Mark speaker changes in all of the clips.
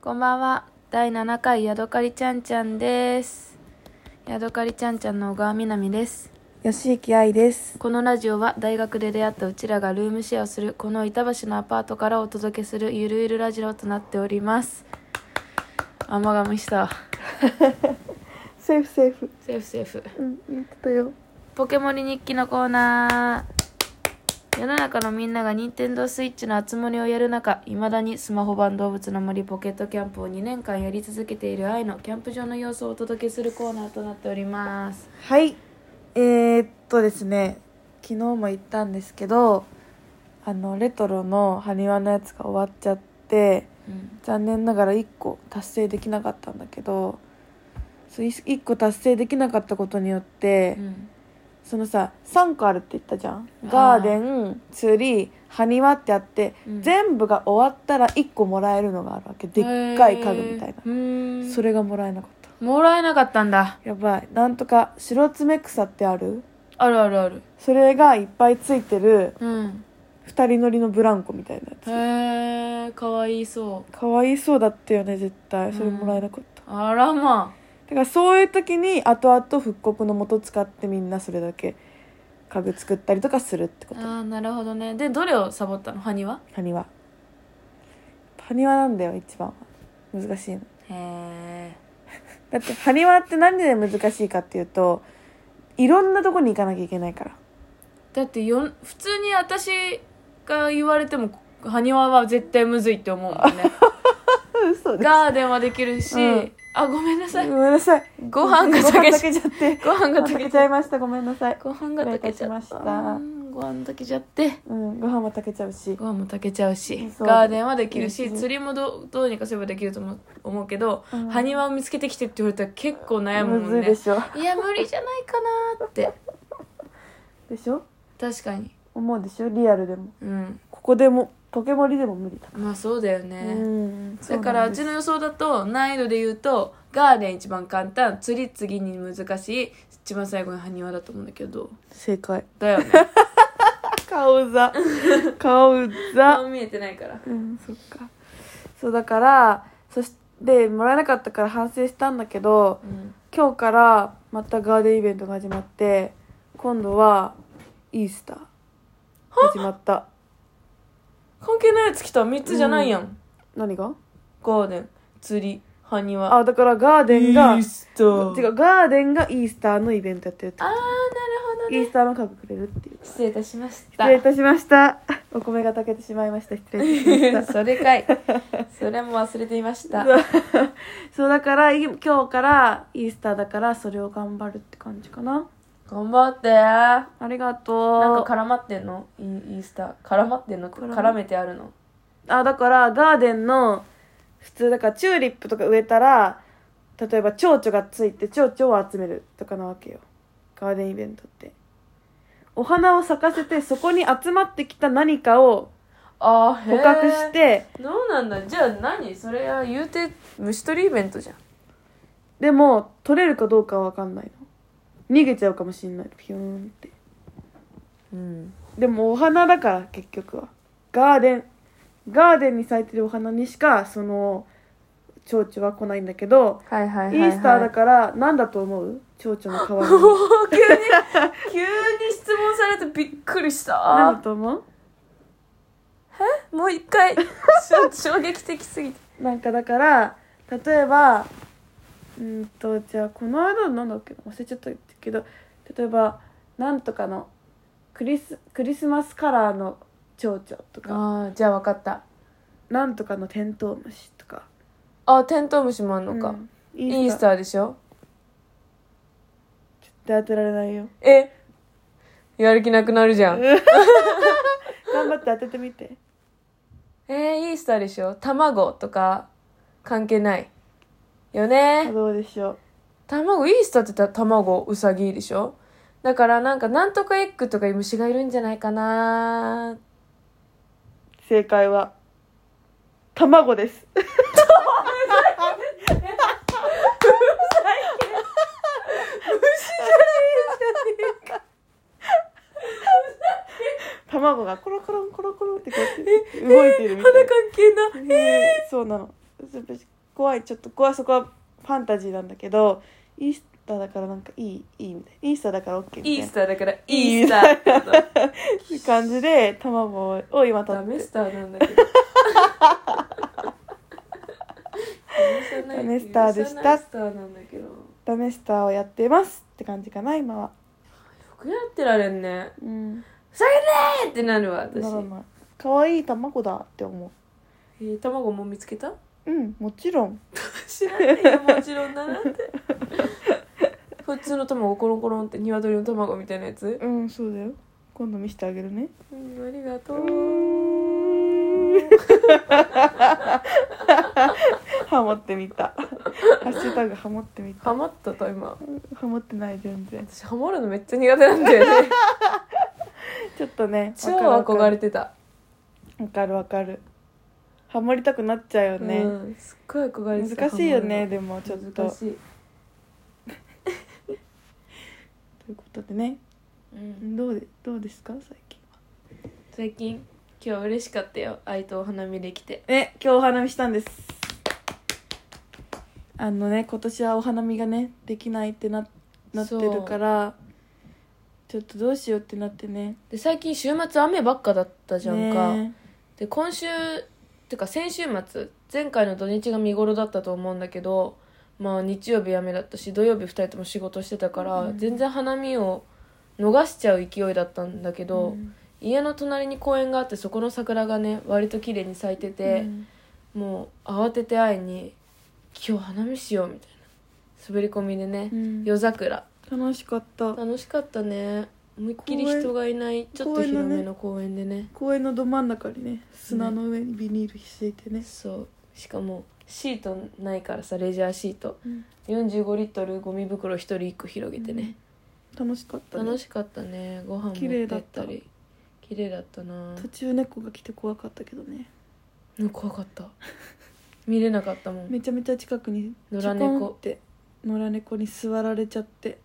Speaker 1: こんばんは。第7回ヤドカリちゃんちゃんです。ヤドカリちゃんちゃんの小川みなみです。
Speaker 2: 吉行愛です。
Speaker 1: このラジオは大学で出会ったうちらがルームシェアをするこの板橋のアパートからお届けするゆるゆるラジオとなっております。あまがみした。
Speaker 2: セーフセーフ。
Speaker 1: セーフセーフ。
Speaker 2: うん、言ってたよ。
Speaker 1: ポケモリ日記のコーナー世の中のみんなが任天堂スイッチの熱盛をやる中いまだにスマホ版動物の森ポケットキャンプを2年間やり続けている愛のキャンプ場の様子をお届けするコーナーとなっております
Speaker 2: はい。えー、っとですね、昨日も言ったんですけど、あの、レトロの埴輪のやつが終わっちゃって、
Speaker 1: うん
Speaker 2: 残念ながら1個達成できなかったんだけど、そう1個達成できなかったことによって、
Speaker 1: うん
Speaker 2: そのさ3個あるって言ったじゃん
Speaker 1: あー
Speaker 2: ガーデン釣り埴輪ってあって、
Speaker 1: うん
Speaker 2: 全部が終わったら1個もらえるのがあるわけでっかい家具みたいな、
Speaker 1: へーうーん
Speaker 2: それがもらえなかった
Speaker 1: もらえなかったんだ
Speaker 2: やばいなんとか白爪草ってある
Speaker 1: あるあるある
Speaker 2: それがいっぱいついてる
Speaker 1: うん
Speaker 2: 2人乗りのブランコみたい
Speaker 1: へ
Speaker 2: なや
Speaker 1: えかわいそう
Speaker 2: つかわいそうだったよね絶対それもらえなかった、
Speaker 1: あらま
Speaker 2: だからそういう時に後々復刻の元使ってみんなそれだけ家具作ったりとかするって
Speaker 1: ああ
Speaker 2: こと
Speaker 1: ーなるほどねでどれをサボったの埴輪
Speaker 2: 埴輪埴輪なんだよ一番は難しいの
Speaker 1: へえ
Speaker 2: だって埴輪って何で難しいかっていうといろんなとこに行かなきゃいけないから
Speaker 1: だってよ普通に私が言われても埴輪は絶対むずいって思うもんね
Speaker 2: 嘘で
Speaker 1: ガーデンはできるし、
Speaker 2: うん
Speaker 1: あごめんなさい
Speaker 2: ごめんなさい
Speaker 1: ご飯が炊けちゃっ
Speaker 2: ちゃって
Speaker 1: ご飯
Speaker 2: ご飯
Speaker 1: が
Speaker 2: が
Speaker 1: 炊
Speaker 2: 炊
Speaker 1: けち
Speaker 2: けち
Speaker 1: ゃ
Speaker 2: ゃいましたごめんなさい
Speaker 1: ご飯が炊けちゃった
Speaker 2: ごめんなさい
Speaker 1: うんご飯炊けちゃって
Speaker 2: うんご飯も炊けちゃうし
Speaker 1: ご飯も炊けちゃうし
Speaker 2: そう
Speaker 1: ガーデンはできるし
Speaker 2: うん
Speaker 1: 釣りもどどうにかすればできると思う思うけど、
Speaker 2: うん
Speaker 1: 埴輪を見つけてきてって言われたら結構悩む
Speaker 2: む
Speaker 1: も
Speaker 2: ず
Speaker 1: ん
Speaker 2: いで
Speaker 1: ね
Speaker 2: しょ
Speaker 1: いや無理じゃないかなーって
Speaker 2: でしょ
Speaker 1: 確かに
Speaker 2: 思うでしょリアルでも
Speaker 1: うん
Speaker 2: ここでもポケモリでも無理だ
Speaker 1: まあそうだよね、
Speaker 2: うん
Speaker 1: だからうちの予想だと難易度で言うとガーデン一番簡単釣り次に難しい一番最後に埴輪だと思うんだけど
Speaker 2: 正解
Speaker 1: だよね
Speaker 2: 顔座顔座
Speaker 1: 顔見えてないから
Speaker 2: うんそっかそうだからそしてもらえなかったから反省したんだけど
Speaker 1: うん
Speaker 2: 今日からまたガーデンイベントが始まって今度はイースター始まった
Speaker 1: 関係ないやつ来た3つじゃないやん、
Speaker 2: 何が
Speaker 1: ガーデン釣り埴輪
Speaker 2: あだからガーデンが
Speaker 1: イースター
Speaker 2: 違うガーデンがイースターのイベントやってるって
Speaker 1: あーなるほど
Speaker 2: イー
Speaker 1: ね
Speaker 2: スターの家具くれるっていう
Speaker 1: 失礼いたしまし
Speaker 2: 失
Speaker 1: た
Speaker 2: 礼いたしましたお米が炊けてしまいました失礼いたしまし た
Speaker 1: それかいそれも忘れていました
Speaker 2: そうだからい今日からイースターだからそれを頑張るって感じかな
Speaker 1: 頑張ってな
Speaker 2: ありがとうん
Speaker 1: か絡まってんのイイースター絡まってんの
Speaker 2: 絡ま
Speaker 1: 絡めてあるの
Speaker 2: あだからガーデンの普通だからチューリップとか植えたら例えば蝶々がついて蝶々を集めるとかなわけよガーデンイベントってお花を咲かせてそこに集まってきた何かを
Speaker 1: ああへえ
Speaker 2: 捕獲して
Speaker 1: どうなんだじゃあ何それは言うて虫取りイベントじゃん
Speaker 2: でも取れるかどうかは分かんないの逃げちゃうかもしんないピューンって
Speaker 1: うん
Speaker 2: でもお花だから結局はガーデンガーデンに咲いてるお花にしかその蝶々は来ないんだけど
Speaker 1: はいはいはい、
Speaker 2: イ
Speaker 1: はい、
Speaker 2: ースターだから何だと思う蝶々の代わり
Speaker 1: お
Speaker 2: に
Speaker 1: ー 急に急に質問されてびっくりした
Speaker 2: 何だと思う
Speaker 1: もう一回ちょっと衝 撃的すぎて
Speaker 2: なんかだから例えばうんとじゃあこの間なんだっけな忘れちゃったけど例えばなんとかのクリスクリスマスカラーの蝶々とか
Speaker 1: ああじゃあ分かった
Speaker 2: なんとかのテントウムシとか
Speaker 1: あーテントウムシもあんのか、
Speaker 2: うん
Speaker 1: イ
Speaker 2: イ
Speaker 1: ー
Speaker 2: ー
Speaker 1: ス
Speaker 2: スター
Speaker 1: ターでしょ
Speaker 2: 絶対当てられない よ
Speaker 1: えやる気なくなるじゃんえ
Speaker 2: 頑張って当ててみて
Speaker 1: ー、イースターでしょ卵とか関係ないよね
Speaker 2: どうでしょう
Speaker 1: 卵イースターって言ったら卵ウサギでしょだからなんかなんとかエッグとかいう虫がいるんじゃないか な
Speaker 2: 正解は卵です 卵がコロコロンコロコロンってこうやって動いてるみたいな、
Speaker 1: 係な
Speaker 2: ねえそうなの怖いちょっと怖いそこはファンタジーなんだけどイースターだからなんかいいいいみたいイースターだから OK みたい
Speaker 1: イー
Speaker 2: な
Speaker 1: スターだからイースターってこと
Speaker 2: って感じで卵を今
Speaker 1: ダ
Speaker 2: 食べ
Speaker 1: メ
Speaker 2: て
Speaker 1: スターなんだけど許さない
Speaker 2: ダメスターでし
Speaker 1: 許
Speaker 2: た
Speaker 1: さないスターなんだけどよ
Speaker 2: ダメスターをやってますって感じかな今は
Speaker 1: くやってられんね
Speaker 2: うん
Speaker 1: ふざけんねーってなるわ
Speaker 2: だ
Speaker 1: 私
Speaker 2: からまあ可愛い卵だって思
Speaker 1: えー卵もう見つけた
Speaker 2: ううんもちろん
Speaker 1: 知らないよもちろんだなって普通の卵コロンコロンって鶏の卵みたいなやつ
Speaker 2: うんそうだよ今度見せてあげるね
Speaker 1: うんありがと
Speaker 2: う
Speaker 1: う
Speaker 2: ーんハモってみたハッシュタグハモってみた
Speaker 1: ハマったと今
Speaker 2: ハモってない全然
Speaker 1: 私ハマるのめっちゃ苦手なんだよ ね
Speaker 2: ちょっとね
Speaker 1: 超憧れ
Speaker 2: て
Speaker 1: てた、
Speaker 2: わかるわかるハモりたくなっちゃうよね、
Speaker 1: うん、すっごい憧れてた
Speaker 2: 難しいよ
Speaker 1: ハマ
Speaker 2: ね
Speaker 1: る
Speaker 2: でもちょっ
Speaker 1: の
Speaker 2: と
Speaker 1: 難
Speaker 2: と
Speaker 1: しい、
Speaker 2: いうことでね
Speaker 1: うん
Speaker 2: どうでどうですか最近は
Speaker 1: 最近今日嬉しかったよ愛とお花見できて
Speaker 2: え今日お花見したんですあのね今年はお花見がねできないってななってるからちょっとどうしようってなってね
Speaker 1: で最近週末雨ばっかだったじゃんか、
Speaker 2: ね
Speaker 1: で今週てか先週末前回の土日が見頃だったと思うんだけどまあ日曜日雨だったし土曜日2人とも仕事してたから、
Speaker 2: うん
Speaker 1: 全然花見を逃しちゃう勢いだったんだけど、
Speaker 2: うん
Speaker 1: 家の隣に公園があってそこの桜がね割と綺麗に咲いてて、もう慌てて会いに「今日花見しよう」みたいな滑り込みでね
Speaker 2: う、ん
Speaker 1: 夜桜
Speaker 2: 楽しかった
Speaker 1: 楽しかったね思いっきり人がいないちょっと広めの公園でね
Speaker 2: 公園のど真ん中にね砂の上にビニール敷いてね
Speaker 1: そうしかもシートないからさレジャーシート
Speaker 2: うん
Speaker 1: 45リットルゴミ袋1人1個広げてね、
Speaker 2: 楽しかったね
Speaker 1: 楽しかったねご飯持
Speaker 2: 綺麗
Speaker 1: って
Speaker 2: だ
Speaker 1: っ
Speaker 2: った
Speaker 1: たり綺麗だったな
Speaker 2: 途中猫が来て怖かったけどね
Speaker 1: うん怖かった見れなかったもん
Speaker 2: めちゃめちゃ近くに
Speaker 1: 野良猫
Speaker 2: ちょこんって野良猫に座られちゃって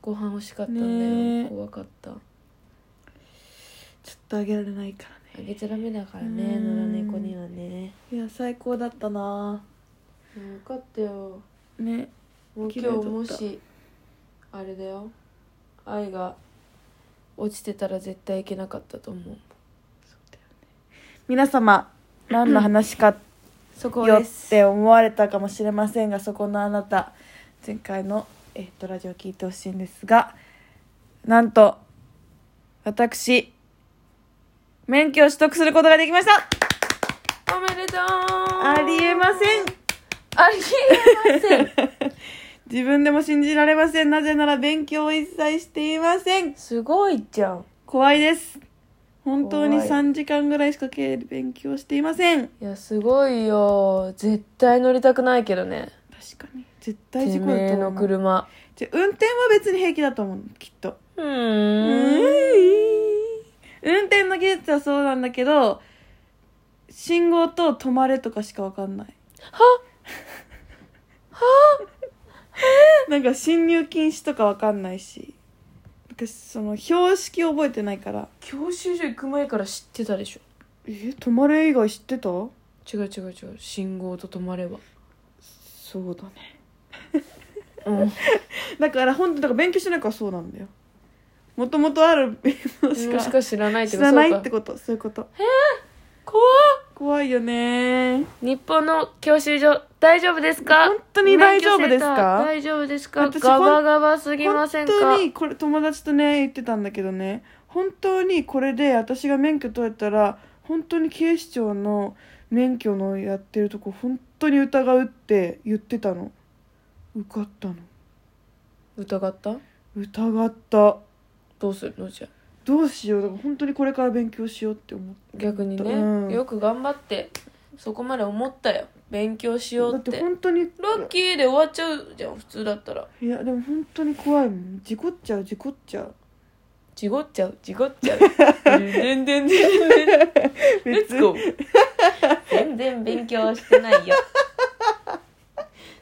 Speaker 1: ご飯欲しかったんだよ、
Speaker 2: ねえ
Speaker 1: 怖かったあ
Speaker 2: ちょっとあげられないからね
Speaker 1: げちゃダメだからね
Speaker 2: う
Speaker 1: 野良
Speaker 2: ん
Speaker 1: 猫にはね
Speaker 2: いや最高だったな
Speaker 1: よかったよ
Speaker 2: ね
Speaker 1: もう
Speaker 2: 綺
Speaker 1: 今
Speaker 2: 麗だっ
Speaker 1: 日
Speaker 2: た
Speaker 1: もしあれだよ愛が落ちてたら絶対いけなかったと思う
Speaker 2: 皆様何の話か
Speaker 1: そこ
Speaker 2: よ
Speaker 1: で
Speaker 2: っ
Speaker 1: す
Speaker 2: て思われたかもしれませんがそこのあなた前回の、えっとラジオ聞いてほしいんですがなんと私免許を取得することができました
Speaker 1: おめでとう
Speaker 2: あ
Speaker 1: あ
Speaker 2: りえません
Speaker 1: ありえません
Speaker 2: 自分でも信じられませんなぜなら勉強を一切していません
Speaker 1: すごいじゃん
Speaker 2: 怖いです本当に
Speaker 1: 怖い
Speaker 2: 3時間ぐらいしか経理勉強していません
Speaker 1: いやすごいよ絶対乗りたくないけどね
Speaker 2: 確かに絶対
Speaker 1: て
Speaker 2: 事故だ
Speaker 1: め
Speaker 2: と
Speaker 1: え
Speaker 2: 思
Speaker 1: の
Speaker 2: う
Speaker 1: 車
Speaker 2: じゃ運転は別に平気だと思うきっと
Speaker 1: う
Speaker 2: う
Speaker 1: ーん
Speaker 2: ーん運転の技術はそうなんだけど信号と止まれとかしか分かんない
Speaker 1: は
Speaker 2: なんか進入禁止とか分かんないし私その標識覚えてないから
Speaker 1: 教習所行く前から知ってたでしょ
Speaker 2: え止まれ以外知ってた
Speaker 1: 違う違う違う信号と止まれば
Speaker 2: そうだね
Speaker 1: うん
Speaker 2: だから本当だから勉強しないからそうなんだよもともとあるものし
Speaker 1: もし
Speaker 2: か
Speaker 1: か知らないって
Speaker 2: 知
Speaker 1: こと
Speaker 2: らない
Speaker 1: そ
Speaker 2: って
Speaker 1: うか
Speaker 2: ことそういうこと
Speaker 1: 怖っ
Speaker 2: 怖いよね
Speaker 1: 日本の教習所大丈夫ですか
Speaker 2: 本当に大丈夫
Speaker 1: 免許セ
Speaker 2: ですか
Speaker 1: ンター大丈夫ですか
Speaker 2: 私
Speaker 1: ガバガバすぎま
Speaker 2: 本
Speaker 1: せんか
Speaker 2: 当にこれ友達とね言ってたんだけどね本当にこれで私が免許取れたら本当に警視庁の免許のやってるとこ本当に疑うって言ってたの受かったの
Speaker 1: 疑った
Speaker 2: 疑った
Speaker 1: どうするのじゃあ
Speaker 2: どうしようだから本当にこれから勉強しようって思って
Speaker 1: 逆にね、
Speaker 2: うん
Speaker 1: よく頑張ってそこまで思ったよ勉強しよう
Speaker 2: だっ
Speaker 1: って
Speaker 2: て本当に
Speaker 1: ラッキーで終わっちゃうじゃん普通だったら
Speaker 2: いやでも本当に怖いもん事故っちゃう事故っちゃう
Speaker 1: 事故っちゃう事故っちゃう全然全然レッツゴー全然勉強してないよ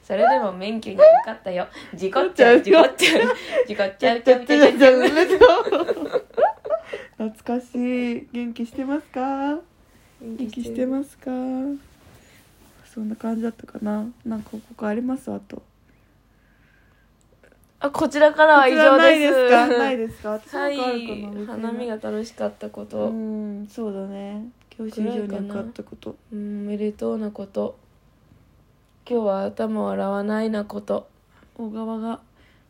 Speaker 1: それでも免許に受かったよ事故っちゃう事故っちゃう事故っちゃうちゃうち ゃうちゃう
Speaker 2: 懐かしい元気してますか元気してますかそんな感じだったかななんか他ありますあと
Speaker 1: あこちらからは以上です
Speaker 2: こちらないですかないで
Speaker 1: は
Speaker 2: すか私なんかあるかな別
Speaker 1: い
Speaker 2: に
Speaker 1: 花見が楽しかったこ
Speaker 2: う
Speaker 1: と、
Speaker 2: んそうだね教習所になかったこと
Speaker 1: うんめでとうなこと今日は頭を洗わないなこと
Speaker 2: 小川が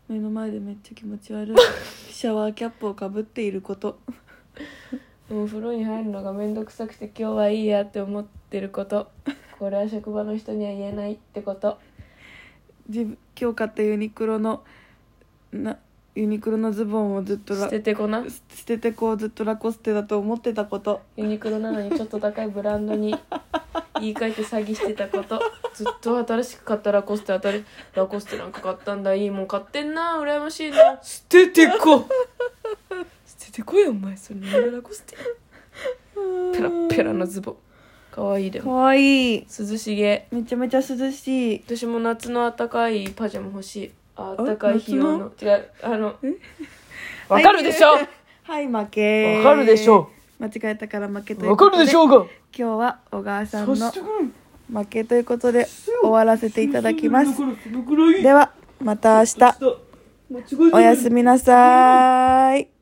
Speaker 2: 目の前でめっちゃ気持 ち悪いシャワーキャップをかぶっていること
Speaker 1: もう風呂に入るのが面倒くさくて今日はいいやって思ってることこれは職場の人には言えないってこと
Speaker 2: 自分今日買ったユニクロのなユニクロのズボンをずっと
Speaker 1: 捨
Speaker 2: ラ
Speaker 1: ててこな
Speaker 2: 捨ててこうずっとラコステだと思ってたこと
Speaker 1: ユニクロなのにちょっと高いブランドに言い換えて詐欺してたことずっと新しく買ったラコステ当たりラコステなんか買ったんだいいもん買ってんな羨ましいな捨ててこ捨ててこいよお前それ何ラコステペラッペラのズボンかわいいで
Speaker 2: か
Speaker 1: も
Speaker 2: わいい
Speaker 1: 涼しげ
Speaker 2: めちゃめちゃ涼しい
Speaker 1: 私も夏の暖かいパジャマ欲しいあ暖かい日用の違うあのわかるでしょ
Speaker 2: はい はい負け
Speaker 1: わかるでしょ
Speaker 2: 間違えたから負けという
Speaker 1: わ
Speaker 2: こ
Speaker 1: か
Speaker 2: と
Speaker 1: るでしょうが
Speaker 2: 今日は小川さん
Speaker 1: そ
Speaker 2: の
Speaker 1: してこれ
Speaker 2: 負けということで終わらせていただきます
Speaker 1: これこのくらい
Speaker 2: ではまた明日
Speaker 1: 明日間違えてない
Speaker 2: おやすみなさーい